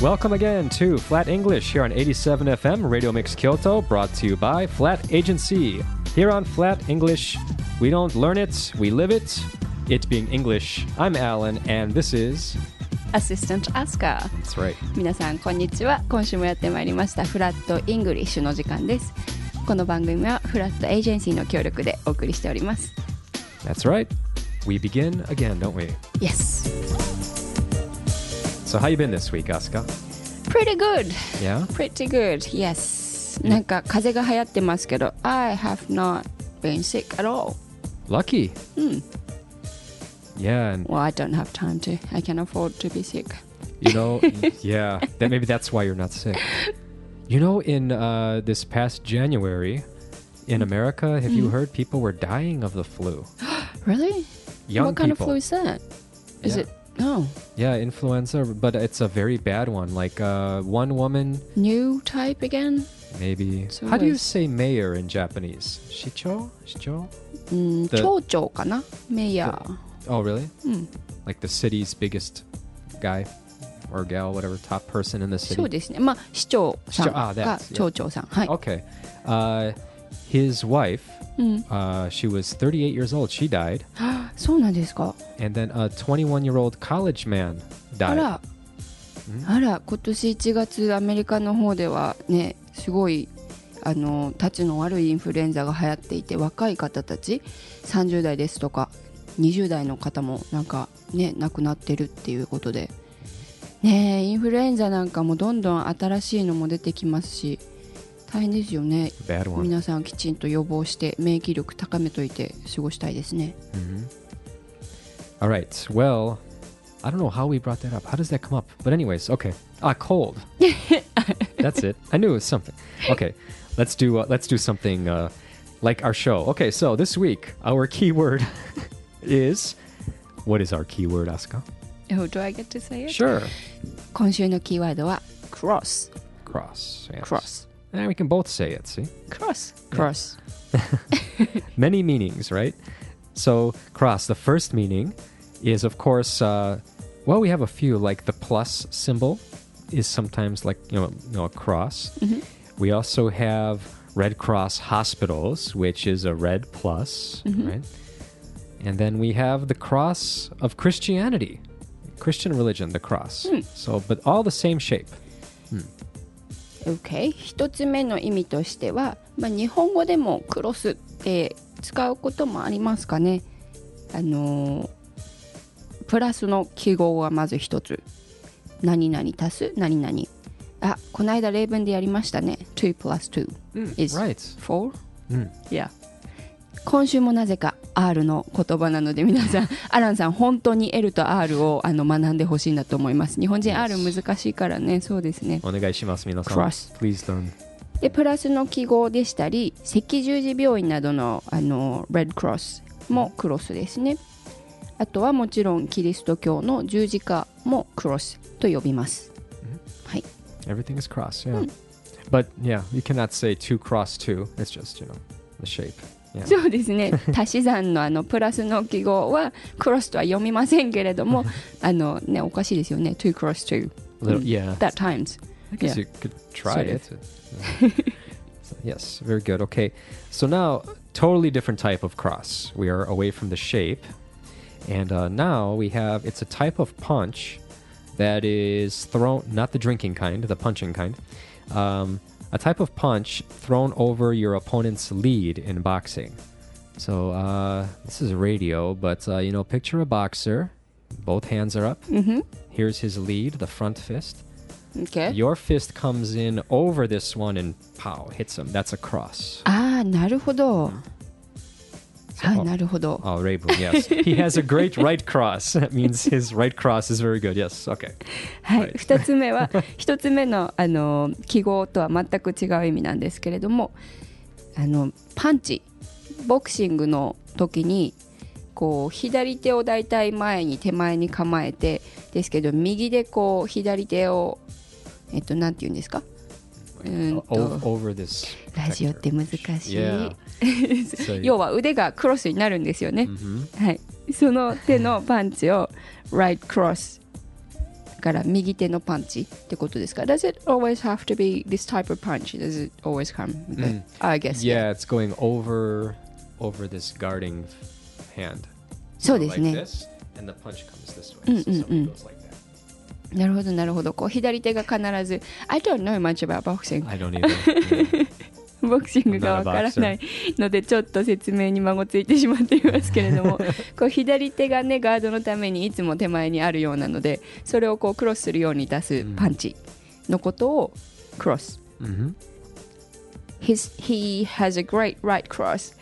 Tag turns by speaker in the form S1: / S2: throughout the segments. S1: Welcome again to Flat English here on 87 FM Radio Mix Kyoto, brought to you by Flat Agency. Here on Flat English, we don't learn it, we live it. It being English, I'm Alan, and this is.
S2: Assistant Asuka
S1: That's right.
S2: 皆さんこんにちは今週もやってまいりましたフラットイングリッシュの時間ですこの番組はフラットエージェンシーの協力でお送りしております
S1: That's right. We begin again, don't we?
S2: Yes
S1: So, how you been this week, Asuka?
S2: pretty good
S1: Yeah?
S2: pretty good yes なんか風邪が流行ってますけど I have not been sick at all
S1: Lucky.
S2: Hmm.
S1: Yeah, and
S2: well I don't have time to I can afford to be sick
S1: You know, yeah, that maybe that's why you're not sick. You know, in uh, this past January
S2: Mm.
S1: in America, have you heard people were dying of the flu?
S2: really
S1: Young
S2: what kind
S1: people.
S2: of flu is that is
S1: Yeah.
S2: it oh
S1: Yeah, influenza, but it's a very bad one. Like uh, one woman,
S2: new type again
S1: maybe.
S2: So
S1: how do you
S2: was-
S1: say mayor in Japanese? Shicho? Shicho?
S2: うん
S1: で
S2: 町長かなメイヤー
S1: Oh, really? Like the city's biggest guy or gal, whatever, top person in the
S2: そう
S1: city.
S2: ですね。まあ、市長さん
S1: 市長あ
S2: が
S1: that's- yeah.
S2: 町長さん。はい。
S1: Okay. Uh, his wife, uh, she was 38 years old. She died.
S2: そうなんですか。
S1: and then a 21 year old college man
S2: あ
S1: died.
S2: ら、あら、今年1月、アメリカの方ではね、すごい、あの、たちの悪いインフルエンザが流行っていて、若い方たち、30代ですとか、20代の方も、なんかね、亡くなってるっていうことで。ねえ、インフルエンザなんかもどんどん新しいのも出てきますし、大変ですよね。
S1: Bad one.
S2: 皆さんきちんと予防して免疫力高めといて過ごしたいですね
S1: Mm-hmm. All right. Well, I don't know how we brought that up. How does that come up? But, anyways, okay. Ah, cold. That's it. I knew it was something. Okay. Let's do, uh, let's do something uh, like our show. Okay. So, this week, our keyword is what is our keyword, Asuka?
S2: Do I get to say it?
S1: Sure.
S2: 今週のキーワードは cross
S1: Cross. yes.
S2: cross
S1: And we can both say it, see?
S2: cross cross
S1: many meanings, right? So, cross, the first meaning is, of course, uh, well, we have a few, like the plus symbol is sometimes like, you know, you know, a cross. We also have Red Cross hospitals, which is a red plus, right? And then we have the cross of Christianity, Christian religion, the cross. So, but all the same shape.
S2: OK 一つ目の意味としては、まあ、日本語でもクロスって使うこともありますかねあのープラスの記号がまず一つ何々足す何々あこの間例文でやりましたね2 plus 2 is
S1: Right.
S2: 4?
S1: Hmm.
S2: いや今週もなぜか R の言葉なので皆さん アランさん本当に L と R をあの学んでほしいんだと思います日本人 R 難しいからねそうですね
S1: お願いします、皆さん。
S2: Cross.
S1: Please don't.
S2: でプラスの記号でしたり赤十字病院などのあのレッドクロスもクロスですねあとはもちろんキリスト教の十字架もクロスと呼びますはい
S1: Everything is cross, yeah. But yeah, you cannot say two cross two. It's just, you know, the shape. Yeah.
S2: そうですね足し算のあのプラスの記号はクロスとは読みませんけれどもあのねおかしいですよね to cross to
S1: Little, yeah.
S2: that times
S1: I guess
S2: yeah.
S1: you could try
S2: Sort
S1: it. Yeah. So, yes, very good. Okay. So now, totally different type of cross. We are away from the shape. And uh, now we have, it's a type of punch that is thrown, not the drinking kind, the punching kind. Um, a type of punch thrown over your opponent's lead in boxing. So uh, this is radio, but uh, you know, picture a boxer. Both hands are up. Mm-hmm. Here's his lead, the front fist.
S2: OK
S1: Your fist comes in over this one and pow, hits him. That's a cross.
S2: ああなるほど
S1: Ah,
S2: あーなるほど
S1: Oh, Rabel, yes. he has a great right cross. That means his right cross is very good. Yes, okay.
S2: は
S1: はい
S2: い、2つ 目は1つ目のあの記号とは全く違う意味なんですけれどもあのパンチボクシングの時にこう左手をだいたい前に手前に構えてですけど右でこう左手をえっとなんて言うんですかうーん
S1: Over,
S2: と
S1: over this.
S2: ラジオって難しい
S1: Yeah. So,
S2: 要は腕がクロスになるんです
S1: Mm-hmm.
S2: よね、はい、その手のパンチを right cross から右手のパンチってことですか Does it always have to be this type of punch? Does it always come? with it? I guess.
S1: Yeah, it's going over over this guarding f- hand.
S2: そ
S1: So
S2: うです
S1: like
S2: ね。
S1: this, Mm, and the punch comes this way. So somebody goes like that.
S2: なるほどなるほどこう左手が必ず I don't know much about boxing
S1: I don't Mm-hmm. either. Yeah.
S2: ボクシングがわからないのでちょっと説明に孫ついてしまっていますけれ どもこう左手がねガードのためにいつも手前にあるようなのでそれをこうクロスするように出すパンチのことをクロス
S1: Mhm.
S2: His, He has a great right cross っ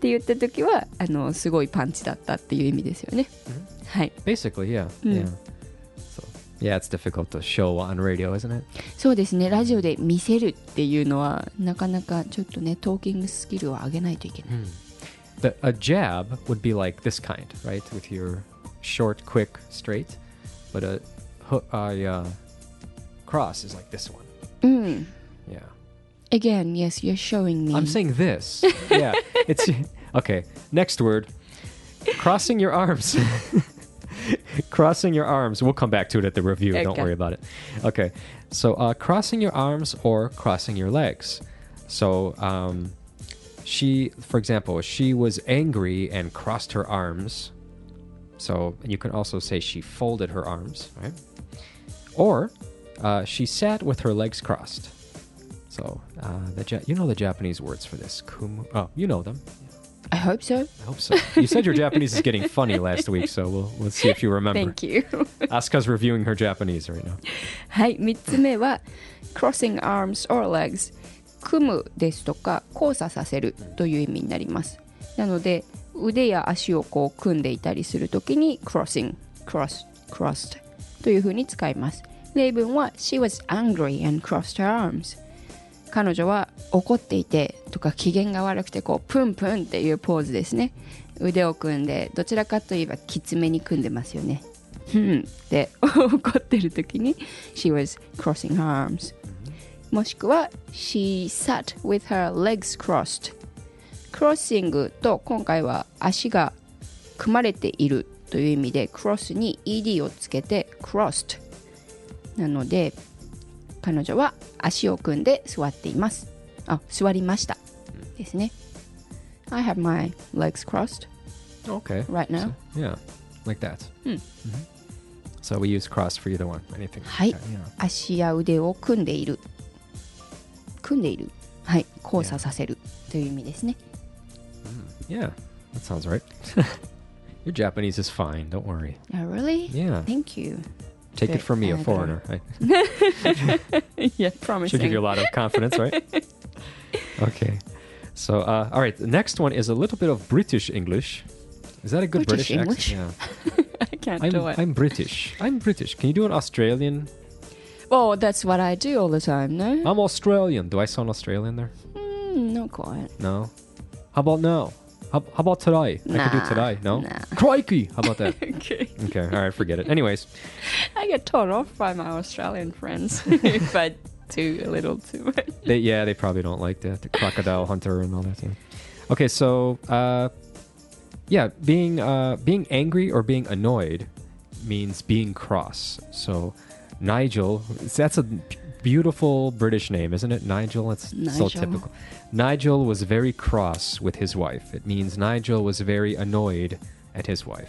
S2: て言った時はあのすごいパンチだったっていう意味ですよね、はい
S1: Mm-hmm. Basically, yeah. Yeah. So yeah, it's difficult to show on radio, isn't it?
S2: そうですねラジオで見せるっていうのはなかなかちょっとねトーキングスキルを上げないといけない
S1: The, a jab would be like this kind, right? With your short, quick, straight. But a hook, a uh, cross is like this one.
S2: うん
S1: Yeah.
S2: Again, yes, you're showing me.
S1: I'm saying this. yeah. It's okay. Next word. Crossing your arms. crossing your arms. We'll come back to it at the review. Don't
S2: Okay.
S1: worry about it. Okay. So uh, crossing your arms or crossing your legs. So um, she, for example, she was angry and crossed her arms. So you can also say she folded her arms, right? Or uh, she sat with her legs crossed. So uh, the ja- you know the Japanese words for this. Kumu. Oh, you know them.
S2: I hope so.
S1: I hope so. You said your Japanese is getting funny last week, so we'll let's see if you remember.
S2: Thank you.
S1: Asuka's reviewing her Japanese right now.
S2: はい、3つ目は crossing arms or legs 組むですとか交差させるという意味になります。なので腕や足をこう組んでいたりするときに crossing, cross, crossed というふうに使います。例文は she was angry and crossed her arms 彼女は怒っていてとか機嫌が悪くてこうプンプンっていうポーズですね腕を組んでどちらかといえばきつめに組んでますよねうんって 怒ってる時に She was crossing her arms もしくは She sat with her legs crossed クロッシングと今回は足が組まれているという意味でクロスに ed をつけて crossed なので彼女は足を組んで座っていますあ座りましたですね I have my legs crossed
S1: Okay.
S2: right now
S1: So, yeah, like that.
S2: Hmm.
S1: Mhm. So we use cross for either one. Anything. like
S2: Hi.
S1: that, yeah.
S2: 足や腕を組んでいる組んでいるはい交差させるという意味ですね
S1: Yeah, that sounds right. your Japanese is fine. Don't worry.
S2: Oh, Really?
S1: Yeah.
S2: Thank you
S1: Take it
S2: Okay,
S1: from me, a
S2: I don't-
S1: foreigner. I
S2: Yeah,
S1: should give you a
S2: promising
S1: lot of confidence, right? okay. So, uh, all right. The next one is a little bit of British English. Is that a good
S2: British
S1: British,
S2: English?
S1: accent? Yeah.
S2: I can't
S1: I'm,
S2: do it
S1: I'm British. I'm British. Can you do an Australian?
S2: Well, that's what I do all the time, no?
S1: I'm Australian. Do I sound Australian there?
S2: Mm, not quite
S1: No. How about now? How, how about today? I could do
S2: Nah,
S1: today. No.
S2: nah.
S1: Crikey. How about that?
S2: Okay
S1: okay. All right. Forget it. Anyways.
S2: I get torn off by my Australian friends if I do a little too much
S1: They, yeah, they probably don't like that. The crocodile hunter and all that thing. Okay, so uh, yeah, being uh, being angry or being annoyed means being cross. So Nigel, that's a beautiful British name, isn't it? Nigel. It's so
S2: Nigel.
S1: typical. Nigel was very cross with his wife. It means Nigel was very annoyed at his wife.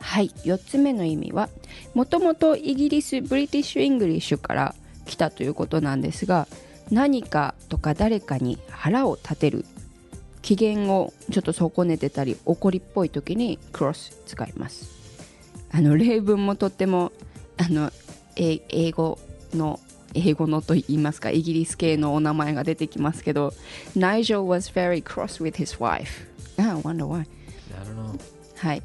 S2: はい4つ目の意味はもともとイギリスブリティッシュ・イングリッシュから来たということなんですが何かとか誰かに腹を立てる機嫌をちょっと損ねてたり怒りっぽい時にクロス使いますあの例文もとってもあのえ英語の英語のと言いますかイギリス系のお名前が出てきますけど Nigel was very cross with his wife I wonder why
S1: I don't know.
S2: はい。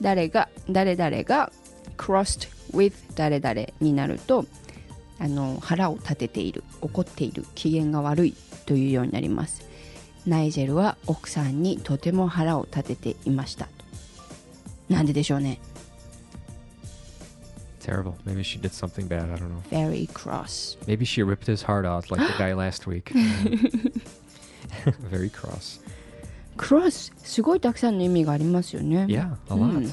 S2: 誰が、誰々が crossed with 誰々になると、あの腹を立てている、怒っている、機嫌が悪いというようになります。ナイジェルは奥さんにとても腹を立てていました。なんででしょうね。
S1: Terrible. Maybe she did something bad. I don't know.
S2: Very cross.
S1: Maybe she ripped his heart out like the guy last week. very cross.
S2: cross すごいたくさんの意味がありますよね。
S1: Yeah, a lot.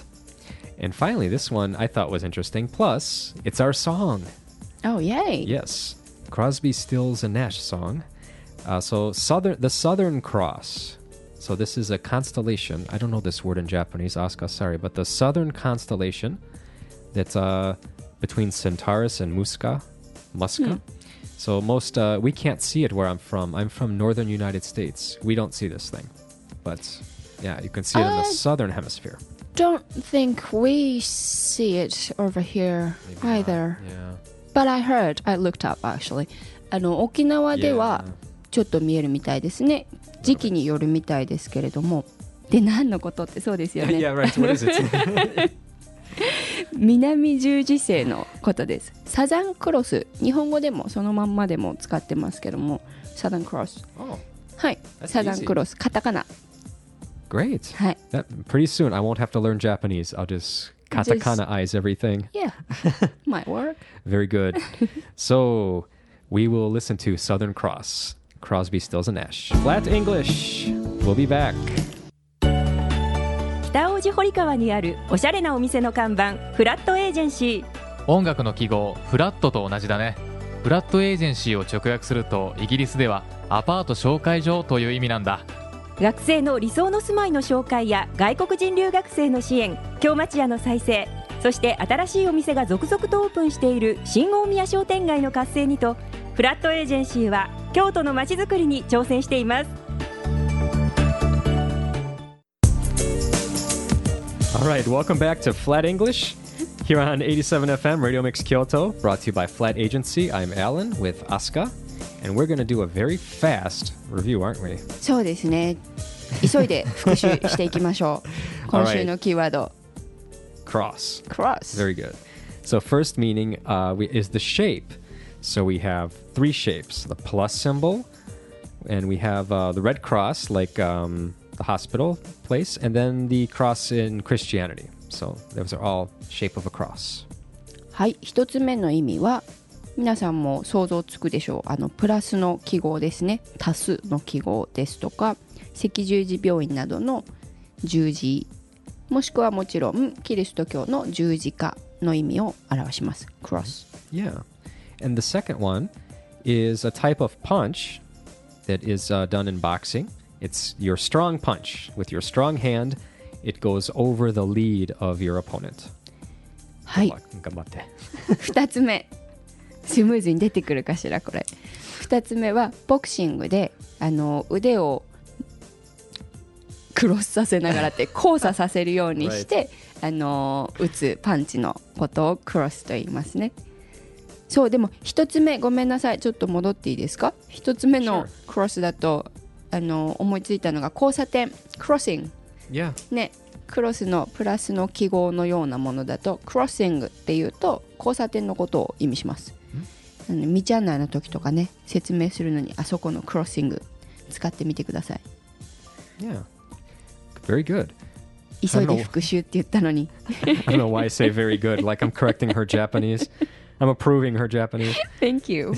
S1: And finally, this one I thought was interesting. Plus, it's our song.
S2: Oh, yay.
S1: Yes, Crosby, Stills, and Nash song. Uh, so southern, the Southern Cross. So this is a constellation. I don't know this word in Japanese, Asuka. Sorry, but the Southern constellation that's uh, between Centaurus and Musca, Musca. So most uh, we can't see it where I'm from. I'm from northern United States. We don't see this thing, but yeah, you can see it in the
S2: Uh,
S1: southern hemisphere.
S2: Don't think we see it over here either.
S1: Yeah.
S2: But I heard, I looked up actually. あの沖縄ではちょっと見えるみたいですね。時期によるみたいですけれども。で何のことってそうですよ
S1: yeah.
S2: ね。
S1: yeah. Right. What is it?
S2: 南十字星のことです。サザンクロス、日本語でもそのまんまでも使ってますけども、サザンクロス。
S1: oh,
S2: はい、
S1: That's
S2: サザンクロス、カタカナ。
S1: great.
S2: はい。
S1: That pretty soon I won't have to learn Japanese. I'll just
S2: Just-
S1: katakanaize everything.
S2: Yeah, might work.
S1: Very good. so we will listen to Southern Cross, Crosby, Stills, and Nash. Flat English. We'll be back.
S3: 北大路堀川にあるおしゃれなお店の看板フラットエージェンシー
S4: 音楽の記号フラットと同じだねフラットエージェンシーを直訳するとイギリスではアパート紹介所という意味なんだ
S3: 学生の理想の住まいの紹介や外国人留学生の支援京町屋の再生そして新しいお店が続々とオープンしている新大宮商店街の活性にとフラットエージェンシーは京都の街づくりに挑戦しています
S1: All right, welcome back to Flat English here on 87 FM Radio Mix Kyoto, brought to you by Flat Agency. I'm Alan with Asuka, and we're going to do a very fast review, aren't we?
S2: そうですね。急いで復習していきましょ う。今週のキーワード、
S1: Cross.
S2: クロス。
S1: Very good. So, first meaning uh, we, is the shape. So, we have three shapes the plus symbol, and we have uh, the red cross, like um, the hospital place, and then the cross in Christianity. So, those are all shape of a cross.
S2: はい、一つ目の意味は皆さんも想像つくでしょうあのプラスの記号ですね足すの記号ですとか赤十字病院などの十字もしくはもちろんキリスト教の十字架の意味を表しますクロス
S1: Yeah. And the second one is a type of punch that is uh, done in boxing. It's your strong punch. With your strong hand, it goes over the lead of your opponent.
S2: はい
S1: 頑張って。
S2: 2つ目スムーズに出てくるかしらこれ2つ目はボクシングであの腕をクロスさせながらって交差させるようにして、あの打つパンチのことをクロスと言いますねそうでも1つ目ごめんなさいちょっと戻っていいですか1つ目のクロスだと、あの思いついたのが交差点クロッシング
S1: Yeah.
S2: ねクロスのプラスの記号のようなものだとクロッシングっていうと交差点のことを意味しますあの道案内の時とかね説明するのにあそこのクロッシング使ってみてください
S1: Yeah. Very good.
S2: 急い
S1: あの
S2: で復習って言ったのに
S1: I don't know why I say very good. Like I'm correcting her Japanese. I'm approving her Japanese.
S2: Thank you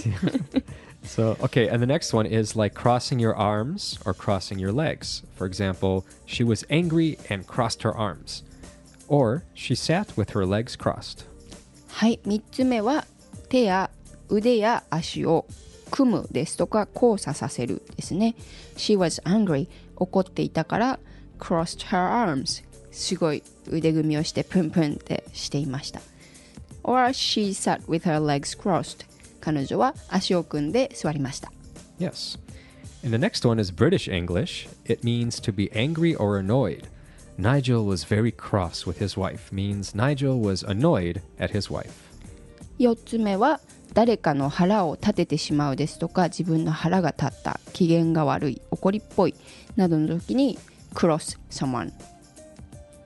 S1: So, okay. And the next one is like crossing your arms or crossing your legs. For example, she was angry and crossed her arms. Or she sat with her legs crossed.
S2: はい3つ目は手や腕や足を組むですとか交差させるですね She was angry 怒っていたから crossed her arms すごい腕組みをしてプンプンってしていました or she sat with her legs crossed 彼女は足を組んで座りました
S1: Yes. And the next one is British English. It means to be angry or annoyed. Nigel was very cross with his wife means Nigel was annoyed at his wife.
S2: 4つ目は誰かの腹を立ててしまうですとか自分の腹が立った機嫌が悪い怒りっぽいなどの時に cross someone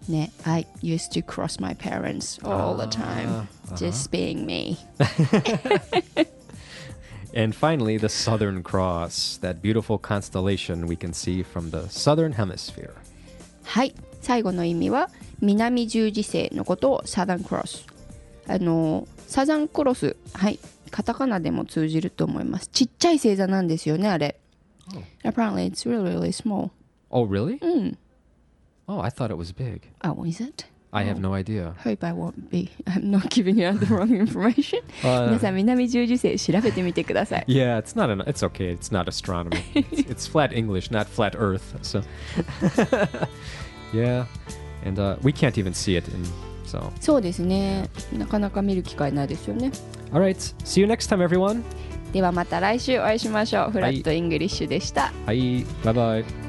S2: ね I used to cross my parents all the time just being me
S1: And finally, the Southern Cross, that beautiful constellation we can see from the southern hemisphere.
S2: はい最後の意味は南十字星のことをサザンクロスあのサザンクロスはいカタカナでも通じると思いますちっちゃい星座なんですよねあれ、apparently it's really really small
S1: Oh, really? Oh, I thought it was big.
S2: oh is it?
S1: I have no idea.
S2: Hope I won't be. I'm not giving you the wrong information. 皆さん、南十字星調べてみてください。
S1: Uh, yeah, it's not an. It's okay. It's not astronomy. it's, it's flat English, not flat Earth. So, yeah, and uh, we can't even see it. And so,
S2: そうですね。なかなか見る機会ないですよね。
S1: all right. See you next time, everyone.
S2: ではまた来週お会いしましょう。フラットイングリッシュでした。
S1: Bye. Bye. Bye.